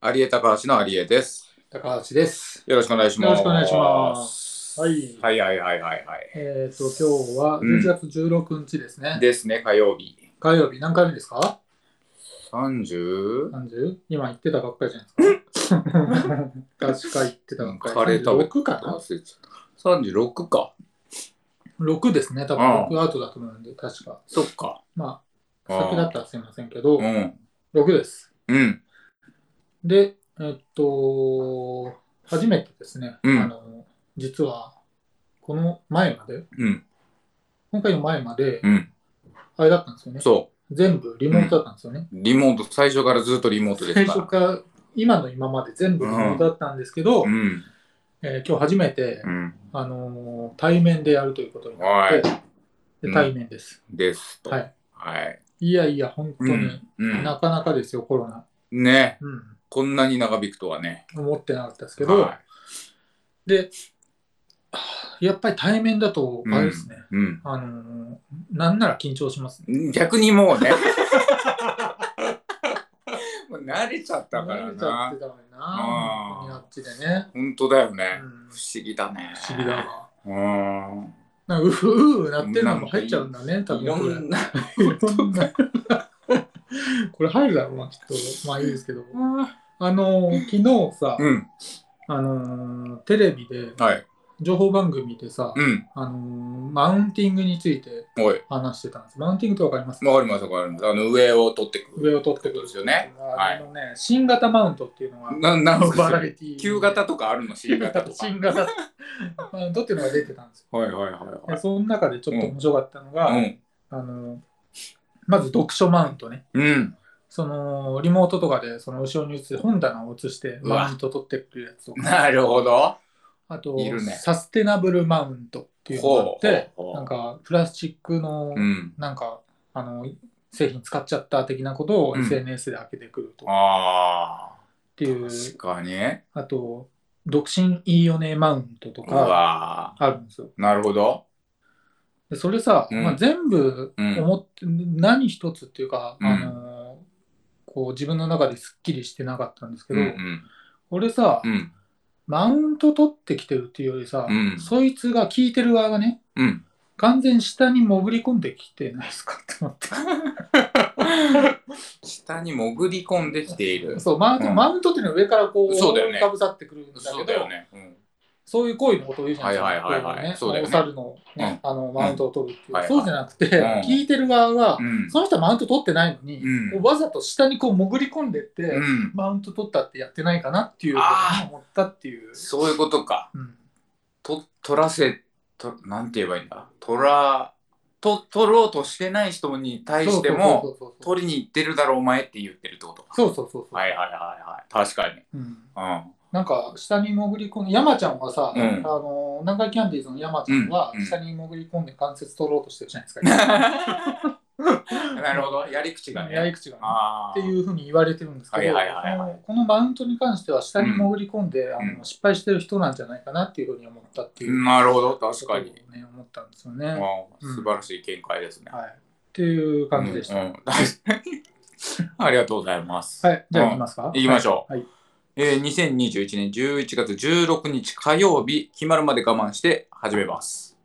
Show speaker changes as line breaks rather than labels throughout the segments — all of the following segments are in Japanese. アリエ高橋のアリエです。
高橋です。
よろしくお願いします。
よろしくお願いしますはい
はいはいはいはいはい。
えっ、と、今日は
うん
11月16日ですね。
ですね、火曜日。
火曜日何回目ですか
30?
?30? 今言ってたばっかりじゃないです か。確か言ってたばっかり。
カレー食べ
6かな
忘れちゃった。36か。
?6 ですね。多分
ああ
6アウトだと思うんで、確か。
そっか。
まあ、
ああ
先だったらすいませんけど
う、ん。
6です。
うん。
で、えっと、初めてですね、
うん
あの、実は、この前まで、
うん。
今回の前まで、
うん。
あれだったんですよね。
そ
全部リモートだったんですよね。
う。リモート、最初からずっとリモートです
最
か
初
ら。
から今の今まで全部リモートだったんですけど、
うん。
えー今日初めて
う、ん。
あのー対面でやるということになっ
は
て
い。
で
うん
対面です、
ですと。
は
はい。
いいやいや本当
う
に
ん。うん
なかなかですよコロナ、
ね。
うん、
こんなに長引くとはね。
思ってなかったですけど、
はい
ではあやっぱり対面だとあれですね、
うん。
あのーなんなら緊張しますね
逆にもうね。もう慣れちゃったか
慣
ら
れちゃ
な
って。たのにな
あー
本当にあっちでね、
本当だよ
う
ね。
ん
不思議だね。
不思議だわ
うん。
なんかうふうふなってるのも入っちゃうんだね多
い
分
ろ
これ
んな。
これ入るだろうな、きっと。まあいいですけど。あのー、昨日さ、
うん。
あのー、テレビで、
はい。
情報番組でさ、
うん。
あのー、マウンティングについて
おい。
話してたんです。マウンティングってわかります
わかりますわかります。あの、上を取ってくる。
上を取ってくる
ですよね。はい
あのね、新型マウントっていうのが、
な、なんす
バ
か
ラ
そ
エ
れ
ティー
旧型とかあるの ?C 型とか。
新型マウントっていうのが出てたんです
はいはいはい
よ。でその中でちょっと面白かったのが、
はい。
あのー、まず読書マウントね。
うん。うん。
そのリモートとかでその後ろに映す本棚を映して
うわ
マウント取ってくるやつと か
なるほど。
あと、
いるね
サステナブルマウントっていうのがあって
ほうほうほう
なんかプラスチックの
うん。
なんか、あの製品使っちゃった的なことを
うん
SNS で開けてくるとかっ
ああ。
ていう、
確かに。
あと独身いいよねマウントと
う
か
わ
あるんですよ
ーなるほど。
でそれさ、
うん
まあ、全部
うん。
思って、何一つっていうか、
うん
あのこう自分の中ですっきりしてなかったんですけ
う
ど、
ん
俺さ、
うん。うん。
マウント取ってきてるっていうよりさ、
うん
そいつが聞いてる側がね、
うん。
完全に下に潜り込んできてないですかって思 っ
下に潜り込んできている
て。。そう、マウント、
うん
マウントっていうのは上からこう、
そうだよね
かぶさってくるんだけど、
そうだよね。うん
そういう行為のことを言うじゃないですか。
はいはいはいはい
こうね、
そうだよね
お猿の,、ねあのマウントを取るっていう、
はいはい
そうじゃなくて、
うん
聞いてる側が、
うん。
その人はマウント取ってないのに、
うん
こうわざと下にこう潜り込んでって、
うん。
マウント取ったってやってないかなっていう
あー
思ったっていう。
そういうことか。
うん
と、取らせ、と、なんて言えばいいんだ。取ら、と、取ろうとしてない人に対しても、
そうそうそう
取りに行ってるだろ、お前って言ってるってことか。
そうそうそうそうそう、
はいはいはいはい。確かに。
うん
うん。
なんか下に潜り込んで山ちゃんはさ、
うん
あの南海キャンディーズの山ちゃんは
うんうん
下に潜り込んで関節取ろうとしてるじゃないですか、
なるほど。やり口が
や
ね。
り口がね、
ああ
って。いうふうに言われてるんですけど、
はいはいはいはい
このこのマウントに関しては下に潜り込んで、
ん
あの失敗してる人なんじゃないかなっていうふうに思ったっていう、
なるほど。確かに。
ね、思ったんですよ
うん
ね。うん
素晴らしい見解ですね。
はい、っていう感じでした。
うん うんありがとうございます。
はい、じゃあ行きますか。
行きましょう。
はいはい
えー2021年11月16日火曜日、決まるまで我慢して始めます。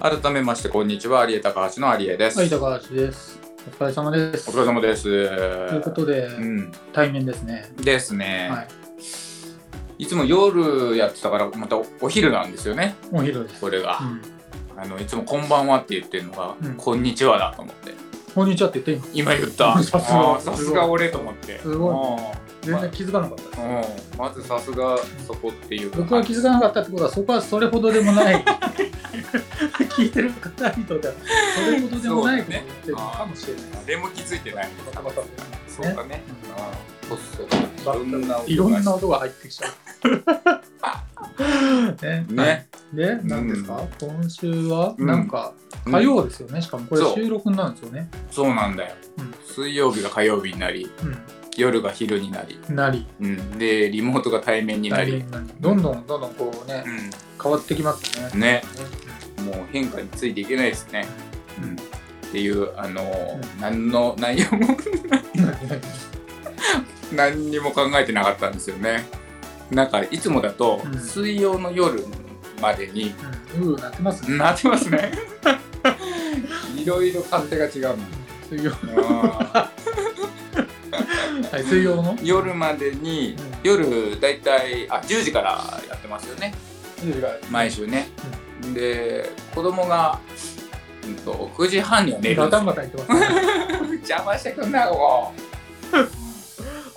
改めまして、こんにちは。有江高橋の有江です。
はい、高橋です。お疲れ様です。
お疲れ様です。
ということで、
うん、
対面ですね。
ですね、
はい、
い。つも夜やってたから、またおお昼なんですよね、
お昼です。
これが。
うん、
あのいつも「こんばんは」って言ってるのが「
うん
こんにちは」だと思って
こんにちはって言って
今言った
さすが
あーさすが俺と思って
すごい
うん
全然気づかなかったです。
まうんまずさすがそこっていう
僕は気づかなかったってことはそこはそれほどでもない 聞いてる方にとってはそれほどでもないことを言ってるのかもしれないです
誰も気づいてない
バタバタ
そうだねうんそうそういろんな音が
いろんな音が入ってきちゃうね
ね
で何ですか、今週は
うん
なんか
うん
火曜ですよね、しかもこれ
そう
収録なんですよね
そうなんだよ
うん
水曜日が火曜日になり夜が昼になり
うんなり
うんでリモートが対面にな
なり
り
なりどんどんどんどんこうね
うん
変わってきます
ね
ね。
もう変化についていけないですね、うん、っていうあのー何の内容も何にも考えてなかったんですよねなんかいつもだと
うん
水曜の夜までに
うん、なってますね。
なってます ねいろいろ勝手が違うの
水曜、
あ
はい、水曜の
ー夜までに
うん
夜だいたいあ10時からやってますよね毎週ね、で子供が、うん、と9時半には寝るん
ガ
です
タ
よ
ンガタン言ってますね。
邪魔してくんなよ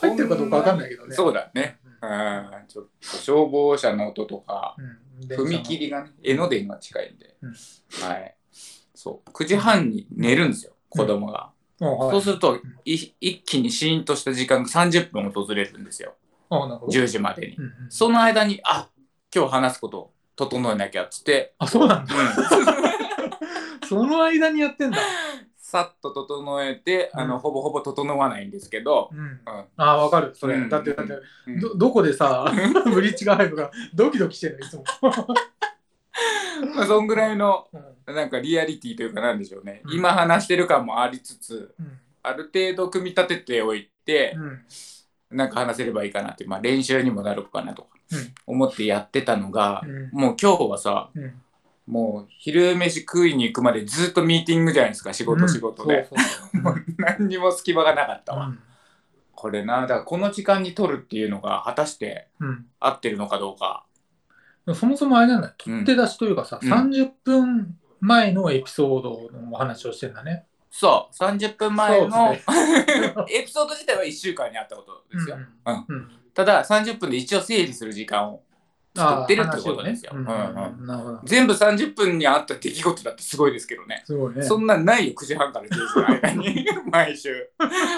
入ってるかどうかわかんないけどね。
そうだねうんちょっと消防車の音とか
うん。電車の
踏切がね江ノ電が近いんで、
うん
はいそう9時半に寝るんですよ子供が、
うんはい
そうするとい一気にシーンとした時間が30分訪れるんですよ
あなるほど。
10時までに
うんうん
その間にあ今日話すことを整えなきゃっつ って、
あ、そ うなんだ。
うん
その間にやってんだ。
さっと整えて、あ
う
の
ん
ほぼほぼ整わないんですけど、
うん
うん
あわかる。それ、
うん
だって、だって、
うん
ど、どこ でさ、ブリッジが入るのか、ドキドキしてるの、いつも。
まあ、そんぐらいの
うん
なんかリアリティというかなんでしょうね、
うん
今話してる感もありつつ
うん
ある程度組み立てておいて、
うん
なんか話せればいいかなっていう、まあ、練習にもなるかなとか
うん
思ってやってたのが
う、ん
もう今日はさ
うん
もう昼飯食いに行くまでずっとミーティングじゃないですか仕
う
事
ん
仕事で、
そうそうそう
も う何にも隙間がなかったわ、これなだからこの時間に取るっていうのが果たして
うんうん
合ってるのかどうか、
でもそもそもあれなんだよ
うん
取って出しというかさ、
うん
30分前のエピソードのお話をしてんだね。
そう30分前の、
そう
エピソード自体は1週間にあったことですよ、
うん
うん
うんうん
ただ30分で一応整理する時間を作ってるってことですよ
あー話をねうんうんうんなるほど。
全部30分にあった出来事だってすごいですけどね。
すごいね。
そ
そ
んなんないよ、9時半から10時の間 に毎週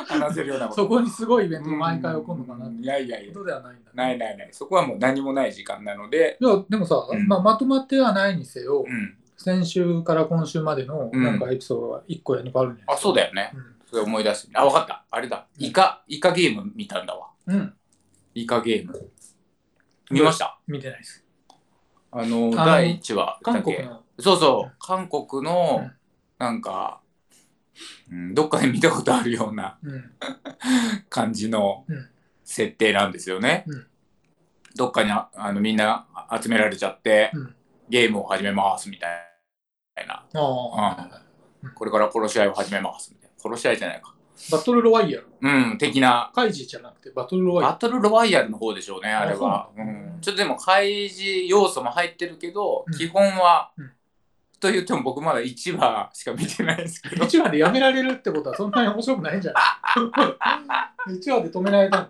話せるようなこと。
こにすごいイベントが毎回起こるのかなって
いやいやいや
こ、とではないんだね。
ないないない。そこはもう何もない時間なので、
いやでもさ、
うん
まあ、まとまってはないにせよ、
うん。
先週から今週までの
うん
なんかエピソードは1個や2個あるんじゃない
あ、そうだよね。それ思い出して。あ、わかった。あれだ。イカ、イカゲーム見たんだわ。
うん、うん、
イカゲーム。見ました。
見てないです。
あの、
あの
第1話だ
韓
け
国の、
そうそう。韓国
う
の
ん、
なんか、うん、どっかで見たことあるような。
うん、
感じの
うん
設定なんですよね。
うん
どっかにああのみんなあ集められちゃって、
うん、
ゲームを始めますみたいな。
ああ、
これから殺し合いを始めますみたいな。殺し合いじゃないか。
バトルロワイヤル、
うん、的な。
カイジじゃなくてバトルロワイヤ
バトルロワイヤルの方でしょうね、あれは
あ。そううなんだ
ん、ちょっとでも、開示要素も入ってるけど、
うん
基本は、
うん
と言っても僕まだ1話しか見てないですけ
ル。
ど、
1話でやめられるってことはそんなに面白くないんじゃな い ?1 話で止められたんだ。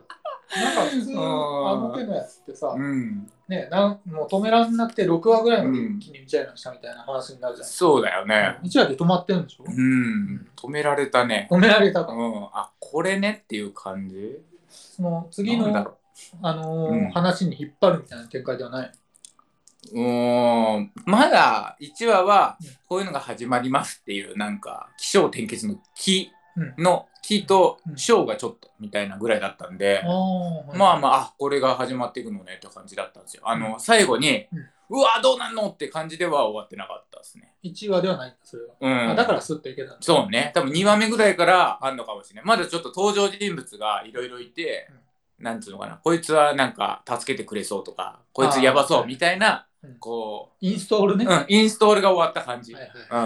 なんか普通
あ
の
ー
あの手のやつってさ、
うん、
ね、なんもう止められなくて6話ぐらいまで一気に見ちゃいましたみたいな話になるじゃ
そうだよ
ない
ね、、
ん、1話で止まってるんでしょ、
うん、止められたね、
止められた
う
から、
ん、あこれねっていう感じ
その次の
なんだろう
あのー
うん
話に引っ張るみたいな展開ではない。
うーんまだ1話はこういうのが始まりますっていうなんか起承転結の「木
うん
の「木と「
うん
章」がちょっとみたいなぐらいだったんで、
あ
まあ
あ、
まああこれが始まっていくのねって感じだったんですよ。あの最後に
う
「
ん
うわどうなんの?」って感じでは終わってなかったですね。
1話ではないんだ、それは。
うん、
あだからスッといけたんだ。
そうね多分2話目ぐらいからあんのかもしれないまだちょっと登場人物がいろいろいて、なんつうのかなこいつはなんか助けてくれそうとかこいつやばそ
あ
う
ー
みたいな、
うん
こう
インストールね。
うん、インストールが終わった感じ、
はいはい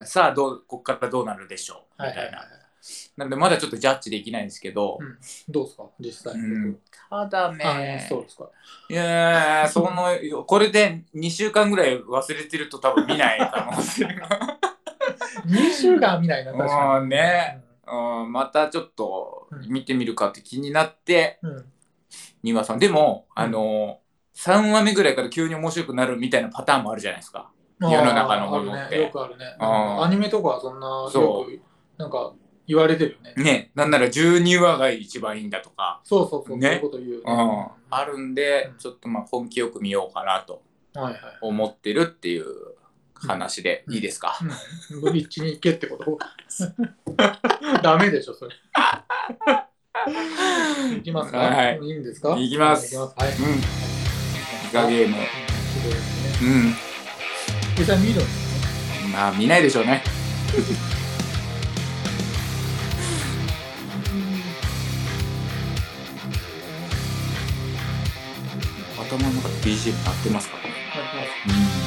うん、さあどうこっからどうなるでしょうみ
は
た
い
い
は
な、
いはい。
なのでまだちょっとジャッジできないんですけど、
どうですか、実際。
うんただ
あイン
ね
ストールですか。
いやーそのこれで2週間ぐらい忘れてると多分見ない可能 性が
2週間見ないな、確か
うん
に。
ねうんまたちょっと見てみるかって気になって
うん。うん
丹羽さんでも、
うん
あの3話目ぐらいから急に面白くなるみたいなパターンもあるじゃないですか。世の中のもの
あーあ
っ
る
て
ね。よくあるね。なん
あー
かアニメとかはそんな、よ
そう
く、なんか言われてるよね。
ねなんなら12話が一番いいんだとか、
そうそうそう、
ね
そういうこと言うよね。
うん、あるんで
うん
ちょっとまあ本気よく見ようかなと
はいはい。
思ってるっていう話でいいですか、
うんブリッジに行けってこと ダメでしょ、それ。行きますか、
はい
いんですか
行きます
は
う
い。
んイカゲーム
うんことですね。
うん
実際見るんで
まあ見ないでしょうね頭の中で BGM 鳴ってますからね
すね。
うん